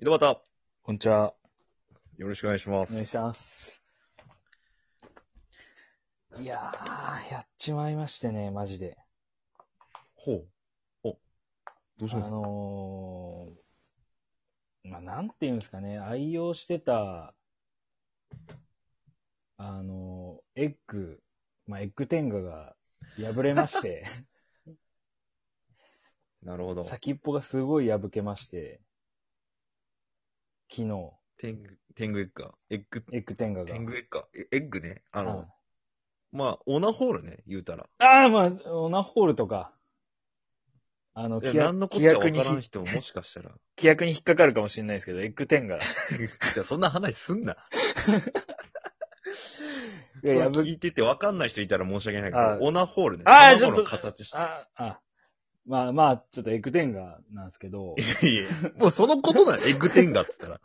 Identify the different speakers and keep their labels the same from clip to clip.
Speaker 1: 井戸端、
Speaker 2: こんにちは。
Speaker 1: よろしくお願いしま
Speaker 2: お願い
Speaker 1: す。
Speaker 2: します。いやー、やっちまいましてね、マジで。
Speaker 1: ほう。お、どうし
Speaker 2: あ
Speaker 1: ました
Speaker 2: のー、まあ、なんていうんですかね、愛用してた、あのー、エッグ、まあ、エッグ天下が破れま して、
Speaker 1: なるほど。
Speaker 2: 先っぽがすごい破けまして、昨日、
Speaker 1: 天狗、天狗エッグか。エッグ、
Speaker 2: エッグ天下が。
Speaker 1: 天狗エッグか。えエッグね。あの、
Speaker 2: はい
Speaker 1: まあ、オナホールね、言うたら。
Speaker 2: ああ、まあ、オナホールとか、あの、
Speaker 1: いや、
Speaker 2: 規約
Speaker 1: 何のこっちゃわか
Speaker 2: 規約に
Speaker 1: らん
Speaker 2: ひ
Speaker 1: 人ももしかしたら。
Speaker 2: 規約に引っかかるかもしれないですけど、エッグ天が。
Speaker 1: じゃあ、そんな話すんな。
Speaker 2: い
Speaker 1: これ
Speaker 2: や、破
Speaker 1: 聞
Speaker 2: き、
Speaker 1: いててわかんない人いたら申し訳ないけ
Speaker 2: あ
Speaker 1: ど、オナホールね。
Speaker 2: あ
Speaker 1: 卵
Speaker 2: ーちょ
Speaker 1: の
Speaker 2: っと
Speaker 1: 形して。
Speaker 2: あ、あ、まあまあ、ちょっとエッグ天がなんですけど、
Speaker 1: いやいや、もうそのことだよ、エッグテンガって言ったら。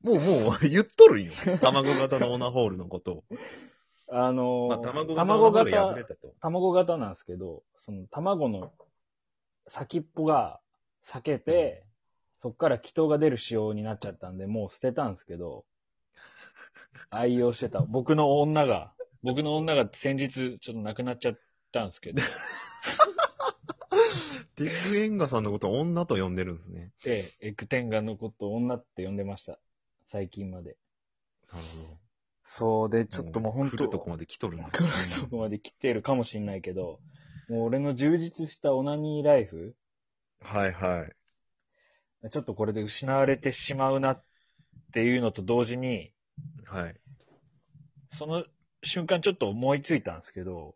Speaker 1: もうもう言っとるんよ。卵型のオナホールのこと
Speaker 2: あの
Speaker 1: を。ま
Speaker 2: ー
Speaker 1: あ、卵型のオナ
Speaker 2: 卵
Speaker 1: ホール破れ
Speaker 2: 型、
Speaker 1: たと。
Speaker 2: 卵型なんですけど、その卵の先っぽが裂けて、そっから気筒が出る仕様になっちゃったんで、もう捨てたんですけど、愛用してた。僕の女が、僕の女が先日ちょっと亡くなっちゃったんですけど、
Speaker 1: テッグエンガさんのことを女と呼んでるんですね。
Speaker 2: で、エッグ天がのことを女って呼んでました。最近まで。
Speaker 1: なるほど。
Speaker 2: そうで、ちょっともう本当
Speaker 1: 来るとこまで来とるな。
Speaker 2: 来るとこまで来てるかもしんないけど、もう俺の充実したオナニーライフ、
Speaker 1: はいはい。
Speaker 2: ちょっとこれで失われてしまうなっていうのと同時に、
Speaker 1: はい。
Speaker 2: その瞬間ちょっと思いついたんですけど、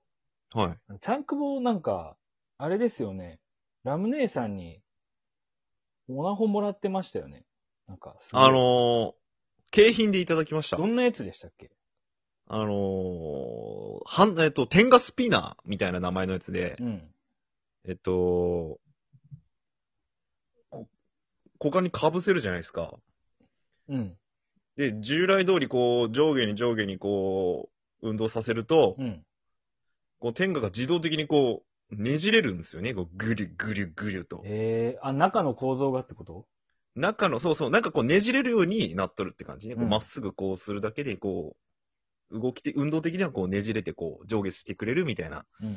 Speaker 1: はい。
Speaker 2: チャンクボなんか、あれですよね、ラムネーさんに、オナホもらってましたよね。なんかすごい、
Speaker 1: あのー、景品でいただきました
Speaker 2: ど。んなやつでしたっけ
Speaker 1: あのー、はん、えっと、テンガスピナーみたいな名前のやつで
Speaker 2: う、ん。
Speaker 1: えっと、こ、股間に被せるじゃないですか。
Speaker 2: うん。
Speaker 1: で、従来通りこう、上下に上下にこう、運動させると、
Speaker 2: うん。
Speaker 1: こう、天下が自動的にこう、ねじれるんですよね。こう、ぐりゅぐりゅぐりゅと。
Speaker 2: えー、あ、中の構造がってこと
Speaker 1: 中の、そうそう、なんかこうねじれるようになっとるって感じね。こう
Speaker 2: うん
Speaker 1: まっすぐこうするだけで、こう、動きて、運動的にはこうねじれてこう上下してくれるみたいな
Speaker 2: うん。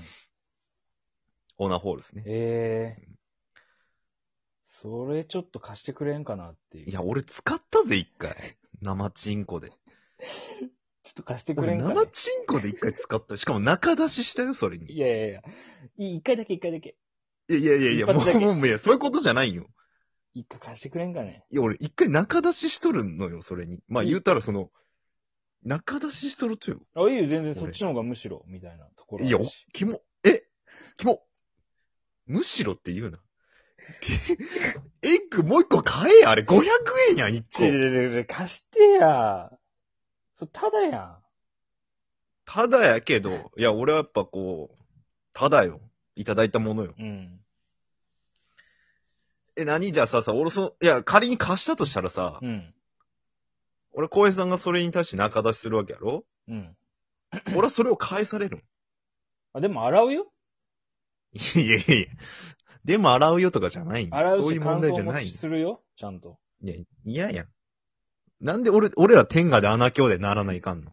Speaker 1: オーナーホールですね。
Speaker 2: ええそれちょっと貸してくれんかなっていう。
Speaker 1: いや、俺使ったぜ、一回。生チンコで。
Speaker 2: ちょっと貸してくれ
Speaker 1: 俺
Speaker 2: んか
Speaker 1: 生
Speaker 2: な。
Speaker 1: チンコで一回使った。しかも中出ししたよ、それに。
Speaker 2: い
Speaker 1: い
Speaker 2: やいやいや。い一回だけ一回だけ。
Speaker 1: やいやいやいや、
Speaker 2: 一
Speaker 1: も
Speaker 2: 発だけ
Speaker 1: う、もう、いや、そういうことじゃないよ。
Speaker 2: 一回貸してくれんかね。
Speaker 1: いや、俺一回中出ししとるのよ、それに。まあ
Speaker 2: い
Speaker 1: 言うたらその、中出ししとるとよ。
Speaker 2: あ、いいよ、全然そっちの方がむしろ、みたいなところ
Speaker 1: いや
Speaker 2: あるし。
Speaker 1: キモ、えキモ、むしろって 言うな。エッグもう一個買えや、あれ500円やん、一
Speaker 2: ちょ
Speaker 1: 個。
Speaker 2: ちょちょちょ貸してや。それただやん。
Speaker 1: ただやけど、いや、俺はやっぱこう、ただよ。いただいたものよ。
Speaker 2: うん。
Speaker 1: え、何じゃあさ、さ、俺そ、いや、仮に貸したとしたらさ、
Speaker 2: うん。
Speaker 1: 俺、浩平さんがそれに対して仲出しするわけや ろ
Speaker 2: うん。
Speaker 1: 俺はそれを返されるん。
Speaker 2: あ、でも洗うよ。
Speaker 1: いやいやいや。でも洗うよとかじゃないんよ
Speaker 2: 洗うし、
Speaker 1: そういう問題じゃ
Speaker 2: 乾
Speaker 1: ない
Speaker 2: 燥
Speaker 1: ん
Speaker 2: も
Speaker 1: よ。
Speaker 2: するよ。ちゃんと。
Speaker 1: いや、嫌やん。なんで俺、俺ら天下で穴兄弟ならないかんの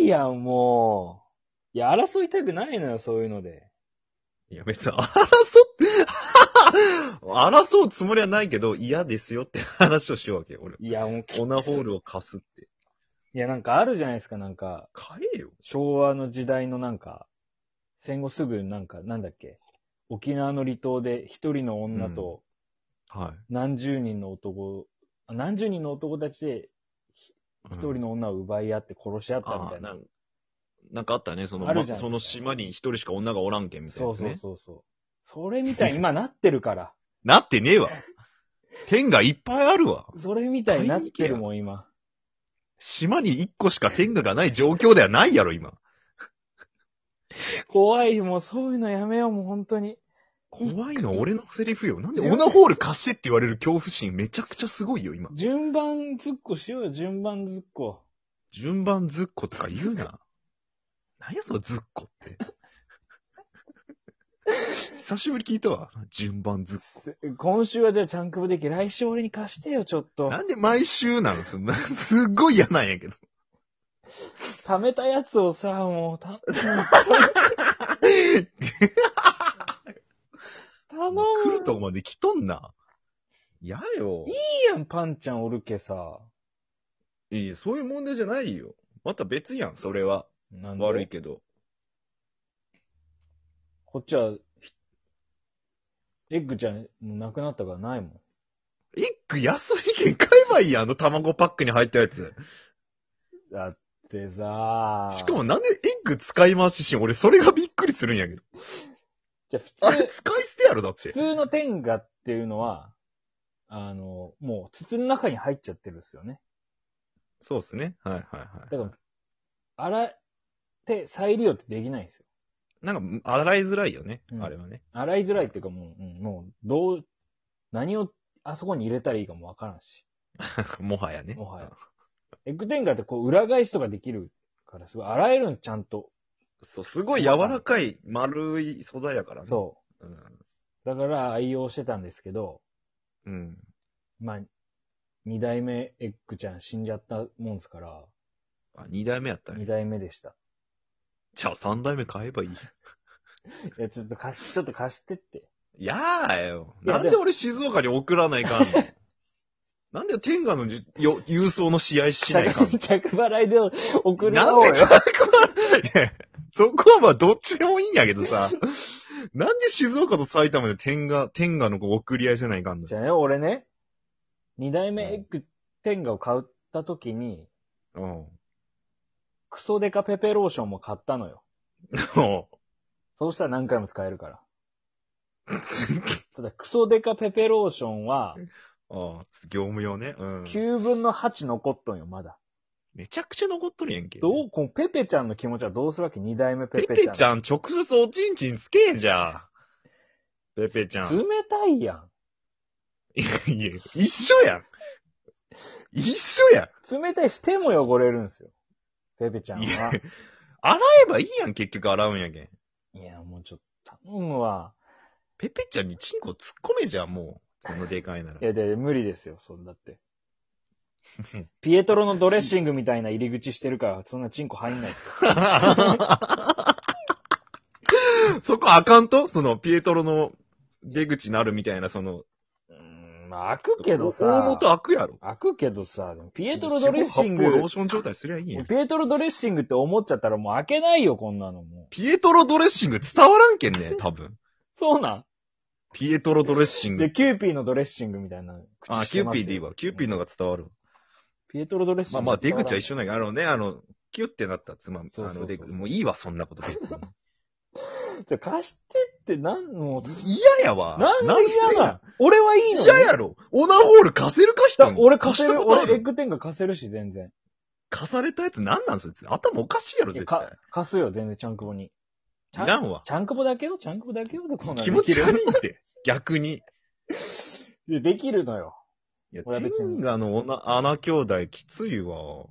Speaker 2: いいやん、もう。いや、争いたくないのよ、そういうので。
Speaker 1: いや、別に争っ、 争うつもりはないけど、嫌ですよって話をしようわけよ、俺。
Speaker 2: いや、もうき、
Speaker 1: オナホールを貸すって。
Speaker 2: いや、なんかあるじゃないですか、なんか。
Speaker 1: 買えよ。
Speaker 2: 昭和の時代のなんか、戦後すぐなんか、なんだっけ、沖縄の離島で一人の女と
Speaker 1: は
Speaker 2: 何十人の男、あ何十人の男たちで
Speaker 1: い。
Speaker 2: 一人の女を奪い合って殺し合ったみ
Speaker 1: あ
Speaker 2: た
Speaker 1: あ、
Speaker 2: いな。
Speaker 1: なんなんかあったね、その、
Speaker 2: あるじゃ
Speaker 1: ま
Speaker 2: ん
Speaker 1: その島に一人しか女がおらんけんみたいな
Speaker 2: そ
Speaker 1: や
Speaker 2: う
Speaker 1: つ
Speaker 2: そう
Speaker 1: ね。
Speaker 2: そうそう。それみたいに今なってるから。
Speaker 1: なってねえわ。天がいっぱいあるわ。
Speaker 2: それみたいになってるもん、今。
Speaker 1: 島に一個しか天下がない状況ではないやろ、今。
Speaker 2: 怖い、もうそういうのやめよう、もう本当に。
Speaker 1: 怖いのは俺のセリフよ。なんでオナホール貸してって言われる恐怖心めちゃくちゃすごいよ、今。
Speaker 2: 順番ずっこしようよ、順番ずっこ。
Speaker 1: 順番ずっ ことか言うな。何やそのずっこって。 久しぶり聞いたわ。順番ずっ
Speaker 2: す今週はじゃあチャンクボでき、来週俺に貸してよ、ちょっ
Speaker 1: こ。
Speaker 2: と。
Speaker 1: なんで毎週なのそんな、すっごい嫌なんやけ ど。
Speaker 2: 貯めたやつをさ、もう、た、頼む。
Speaker 1: 来るとこまで来とんな。嫌よ。
Speaker 2: いいやん、パンちゃんおるけさ。
Speaker 1: いやそういう問題じゃないよ。また別やん、それは。
Speaker 2: なんで
Speaker 1: 悪いけど。
Speaker 2: こっちは、ひエッグちゃん、もう亡くなったからないもん。
Speaker 1: 一句安い券買えばいいやん、あの卵パックに入ったやつ。
Speaker 2: だってさ
Speaker 1: しかも、なんでエッグ使い回ししん、俺それがびっくりするんやけど。
Speaker 2: じゃあ
Speaker 1: あ
Speaker 2: 普
Speaker 1: れ
Speaker 2: 通、
Speaker 1: 使い捨てやろ、だっ
Speaker 2: 普
Speaker 1: て。
Speaker 2: 通の天下っていうのは、あの、もう筒の中に入っちゃってるんですよね。
Speaker 1: そうですね。はいはい
Speaker 2: だ
Speaker 1: は
Speaker 2: か
Speaker 1: い
Speaker 2: ら。、洗って再利用ってできないんですよ。
Speaker 1: なんか、洗いづらいよね、
Speaker 2: うん
Speaker 1: あれはね。
Speaker 2: 洗いづらいっていうかもう、うんもう、どう、何をあそこに入れたらいいかもわからんし。
Speaker 1: もはやね。
Speaker 2: もはや。エッグ天下ってこう裏返しとかできるからすごい、洗えるんです、ちゃんと。
Speaker 1: そう、すごい柔らかい丸い素材やからね。。
Speaker 2: そうう。だから愛用してたんですけど、
Speaker 1: うん。
Speaker 2: まあ、二代目エッグちゃん死んじゃったもんですから、
Speaker 1: あ、二代目やった
Speaker 2: 二
Speaker 1: ね。
Speaker 2: 代目でした。
Speaker 1: じゃあ三代目買 えばいい
Speaker 2: いや、ちょっと貸し、ちょっと貸してって。
Speaker 1: やん。やーよ。
Speaker 2: いや
Speaker 1: なんで俺静岡に送らないかんの なんで天下のじゅよ郵送の試合しないかんの
Speaker 2: 着着払いで 送る
Speaker 1: な
Speaker 2: の
Speaker 1: ん
Speaker 2: をよ
Speaker 1: で。着払 いやそこはまあどっちでもいいんやけど さ。なんで静岡と埼玉で天下、天下の子送り合いせないかんの
Speaker 2: じゃあね、俺ね、二代目エッグ天下を買った時に、
Speaker 1: うん。
Speaker 2: クソデカペペローションも買ったのよ。そうしたら何回も使えるから。 ただ、クソデカペペローションは、
Speaker 1: ああ、業務用ね。うん。
Speaker 2: 9分の8残っとんよ、まだ。
Speaker 1: めちゃくちゃ残っとるやんけ。
Speaker 2: どう、このペペちゃんの気持ちはどうするわけ二代目ペ
Speaker 1: ペ
Speaker 2: ペち
Speaker 1: ペ
Speaker 2: ゃん。
Speaker 1: ちゃん直接おちんちんつけえじゃん。ペペちゃん。
Speaker 2: 冷たいやん。
Speaker 1: いや、一緒やん。一緒やん。
Speaker 2: 冷たいし手も汚れるんですよ。ペペちゃん
Speaker 1: いや
Speaker 2: は。
Speaker 1: 洗えばいいやん、結局洗うんやけん。
Speaker 2: いや、もうちょっと頼むわ。
Speaker 1: ペペちゃんにチンコ突っ込めじゃん、もう。そのでかいなら
Speaker 2: い。や、で、無理ですよ、そんだって。ピエトロのドレッシングみたいな入り口してるから、そんなチンコ入んないですよ。
Speaker 1: そこあかんとその、ピエトロの出口なるみたいな、その、
Speaker 2: うーん、まあ、開くけど
Speaker 1: 大
Speaker 2: さ
Speaker 1: 元、開くやろ。
Speaker 2: 開くけどさ、でもピエトロドレッシ
Speaker 1: 四
Speaker 2: ン
Speaker 1: 方八方ロ
Speaker 2: グ
Speaker 1: ー、ション状態すりゃいいやん。
Speaker 2: ピエトロドレッシングって思っちゃったらもう開けないよ、こんなのもう。
Speaker 1: ピエトロドレッシング伝わらんけん ね、多分。
Speaker 2: そうな
Speaker 1: ピエトロドレッシン
Speaker 2: ん
Speaker 1: グ
Speaker 2: で、。キューピーのドレッシングみたいな口
Speaker 1: あ、
Speaker 2: し
Speaker 1: キ
Speaker 2: て
Speaker 1: ュー
Speaker 2: ます
Speaker 1: ピ
Speaker 2: よ
Speaker 1: ーでいいわ。キューピーのが伝わるわ。
Speaker 2: ピエトロドレッシング。
Speaker 1: まあまあ、出口は一
Speaker 2: 緒。
Speaker 1: 緒なんやけど、あのね、あの、キュってなったつまみ、
Speaker 2: そうそうそう
Speaker 1: あの出口、もういいわ、そんなこと別に。
Speaker 2: じゃあ貸してって、なん、もう、
Speaker 1: 嫌やわ。
Speaker 2: なんで嫌
Speaker 1: なん
Speaker 2: だ俺はいい
Speaker 1: 嫌
Speaker 2: のに
Speaker 1: や嫌やろ。オナホール貸せるかし
Speaker 2: だ
Speaker 1: た
Speaker 2: から
Speaker 1: ん
Speaker 2: 俺貸せ
Speaker 1: した
Speaker 2: る、
Speaker 1: ことあ
Speaker 2: 俺エッ
Speaker 1: る
Speaker 2: グテンが貸せるし、全然。
Speaker 1: 貸されたやつ何なんすよ。頭おかしいやろ、
Speaker 2: いや
Speaker 1: 絶
Speaker 2: か
Speaker 1: 対。
Speaker 2: 貸すよ、全然、チャンクボに。
Speaker 1: いらんわ。
Speaker 2: チャンクボだけよチャンクボだけよでこんなの
Speaker 1: 気持
Speaker 2: でき
Speaker 1: ち
Speaker 2: る
Speaker 1: 悪いって。 逆に。
Speaker 2: でできるのよ。
Speaker 1: いや、
Speaker 2: 俺は別に
Speaker 1: 天下の女、穴兄弟きついわ。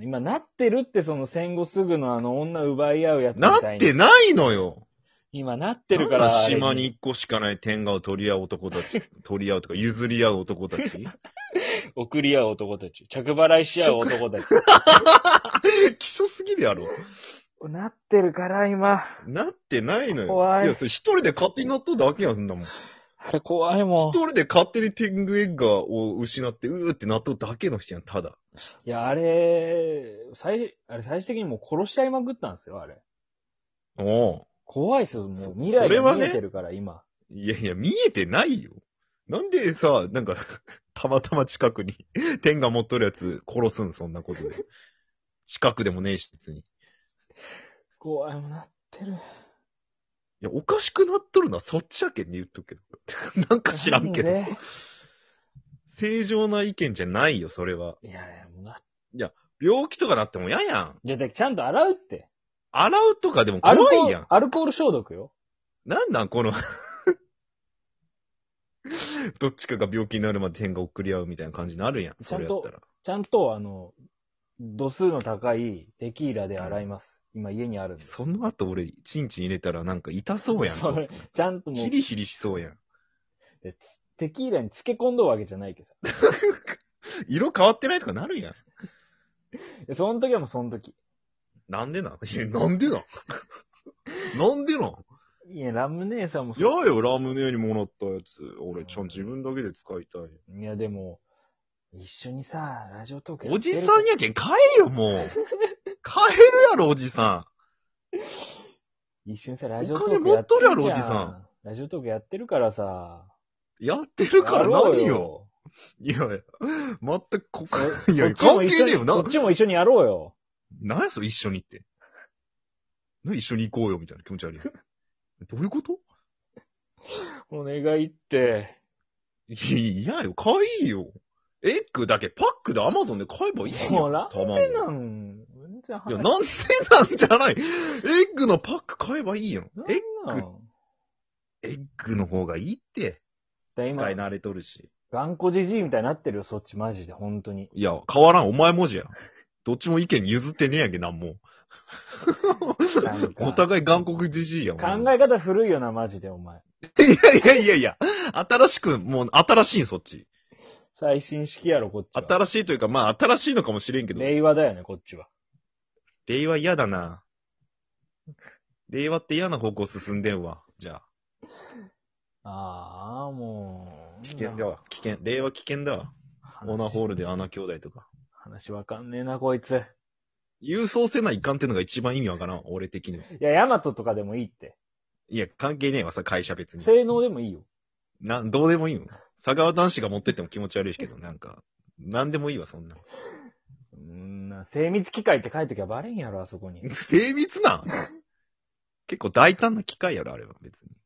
Speaker 2: 今なってるって、その戦後すぐのあの女奪い合うやつみ
Speaker 1: な
Speaker 2: たい
Speaker 1: ってないのよ。
Speaker 2: 今なってるから。
Speaker 1: なんだ島に
Speaker 2: あれ。
Speaker 1: 一個しかない天下を取り合う男た ち。取り合うとか、譲り合う男たち。
Speaker 2: 送り合う男たち。着払いし合う男たち。
Speaker 1: 希少すぎるやろ。
Speaker 2: なってるから、今。
Speaker 1: なってないのよ。
Speaker 2: 怖い
Speaker 1: や、それ一人で勝手になっとうだけやん、そんなもん。
Speaker 2: あれ怖い
Speaker 1: 一
Speaker 2: もん。
Speaker 1: 人で勝手にテングエッガーを失って、うーってなっとうだけの人やん、ただ。
Speaker 2: いや、あれ、最、あれ最終的にもう殺し合いまくったんですよ、あれ。
Speaker 1: お
Speaker 2: 怖いっすよ、もう
Speaker 1: そ
Speaker 2: 未来
Speaker 1: それ
Speaker 2: が
Speaker 1: は
Speaker 2: 見
Speaker 1: ね
Speaker 2: えてるから、今。
Speaker 1: いやいや、見えてないよ。なんでさ、なんか、 たまたま近くに、 天が持っとるやつ殺すん、そんなことで。近くでもねえし、別に。い
Speaker 2: 怖いもんなってる。
Speaker 1: や、おかしくなっとるのはそっちやけんに言っとくけど。 なんか知らんけど。
Speaker 2: なで
Speaker 1: 正常な意見じゃないよ、それは。
Speaker 2: いやいや、もうな。
Speaker 1: 病気とかなっても嫌やん。
Speaker 2: じゃ、だからちゃんと洗うって。
Speaker 1: 洗うとかでも
Speaker 2: アルコ
Speaker 1: 怖
Speaker 2: ー
Speaker 1: いやん
Speaker 2: ル、。アルコール消毒よ。
Speaker 1: なんなんこの、どっちかが病気になるまで天が送り合うみたいな感じになるやん。
Speaker 2: ちゃ
Speaker 1: そ
Speaker 2: ん
Speaker 1: れ
Speaker 2: と
Speaker 1: やったら。
Speaker 2: ちゃんと、あの、度数の高いテキーラで洗います。今家にあるんで。
Speaker 1: その後俺、チンチン入れたらなんか痛そうやん。ちょ
Speaker 2: そ
Speaker 1: っ
Speaker 2: れ、ちゃんと
Speaker 1: と
Speaker 2: もう
Speaker 1: ヒ、リヒリしそうやん。
Speaker 2: でつテキーラに漬け込んどるわけじゃないけどさ。
Speaker 1: 色変わってないとかなるやん。
Speaker 2: でその時はもうその時。
Speaker 1: なんでなんいや、なんでなん なんでなん
Speaker 2: いや、ラム姉さんも
Speaker 1: 嫌よ、ラムネにもらったやつ。俺、ちゃん自分だけで使いたい。
Speaker 2: いや、でも、一緒にさ、ラジオトーク
Speaker 1: おじさんやけん、買えよ、もう。買えるやろ、おじさ
Speaker 2: ん一緒にさ、ラジオトーク
Speaker 1: お金持っとるやろ
Speaker 2: やって
Speaker 1: おじ
Speaker 2: じゃ
Speaker 1: さ
Speaker 2: ラジオトークやってるからさ。
Speaker 1: ん。やってるから何
Speaker 2: や
Speaker 1: よ。
Speaker 2: ろ
Speaker 1: いや、全くこ
Speaker 2: うよ。そ
Speaker 1: いや、
Speaker 2: そっちも
Speaker 1: 関係ねえよ。
Speaker 2: 一緒にそ
Speaker 1: な
Speaker 2: っ、ちも一緒にやろうよ。
Speaker 1: なんやそれ、一緒にって。な、一緒に行こうよ、みたいな気持ち悪い。どういうこと
Speaker 2: お願いって。
Speaker 1: いやよ、買いよ。エッグだけ、パックでアマゾンで買えばいいよ。
Speaker 2: もうラ
Speaker 1: 卵
Speaker 2: ーメンなん、全然
Speaker 1: いや、
Speaker 2: 話
Speaker 1: なんでなんじゃない。エッグのパック買えばいいよ。
Speaker 2: なん
Speaker 1: エ
Speaker 2: なん
Speaker 1: エッグの方がいいって。
Speaker 2: だ
Speaker 1: 使
Speaker 2: 今
Speaker 1: い、慣れとるし。
Speaker 2: 頑固じじいみたいになってるよ、そっちマジで、本当に。
Speaker 1: いや、変わらん。お前文字や。どっちも意見譲ってねえやんけ、なんも。
Speaker 2: なんか
Speaker 1: お互い頑固じじいやん。
Speaker 2: 考え方古いよな、マジで、お前。
Speaker 1: え。いやいやいやいや。新しく、もう、新しいん、そっち。
Speaker 2: 最新式やろ、こっちは。
Speaker 1: 新しいというか、まあ、新しいのかもしれんけど。
Speaker 2: 令和だよね、こっちは。
Speaker 1: 令和嫌だな。令和って嫌な方向進んでんわ。じゃあ。
Speaker 2: ああ、もう。
Speaker 1: 危険だわ。危険。令和危険だわ。オナホールで穴兄弟とか。
Speaker 2: 話わかんねえな、こいつ。
Speaker 1: 郵送せないかんってのが一番意味わからん、俺的には。
Speaker 2: いや、ヤマトとかでもいいって。
Speaker 1: いや、関係ねえわ、さ、会社別に。
Speaker 2: 性能でもいいよ。
Speaker 1: な、どうでもいいよ。佐川男子が持ってっても気持ち悪いしけど、なんか、なんでもいいわ、そんな。
Speaker 2: うーんな、精密機械って書いときゃバレんやろ、あそこ に。
Speaker 1: 精密な結構大胆な機械やろ、あれは、別に。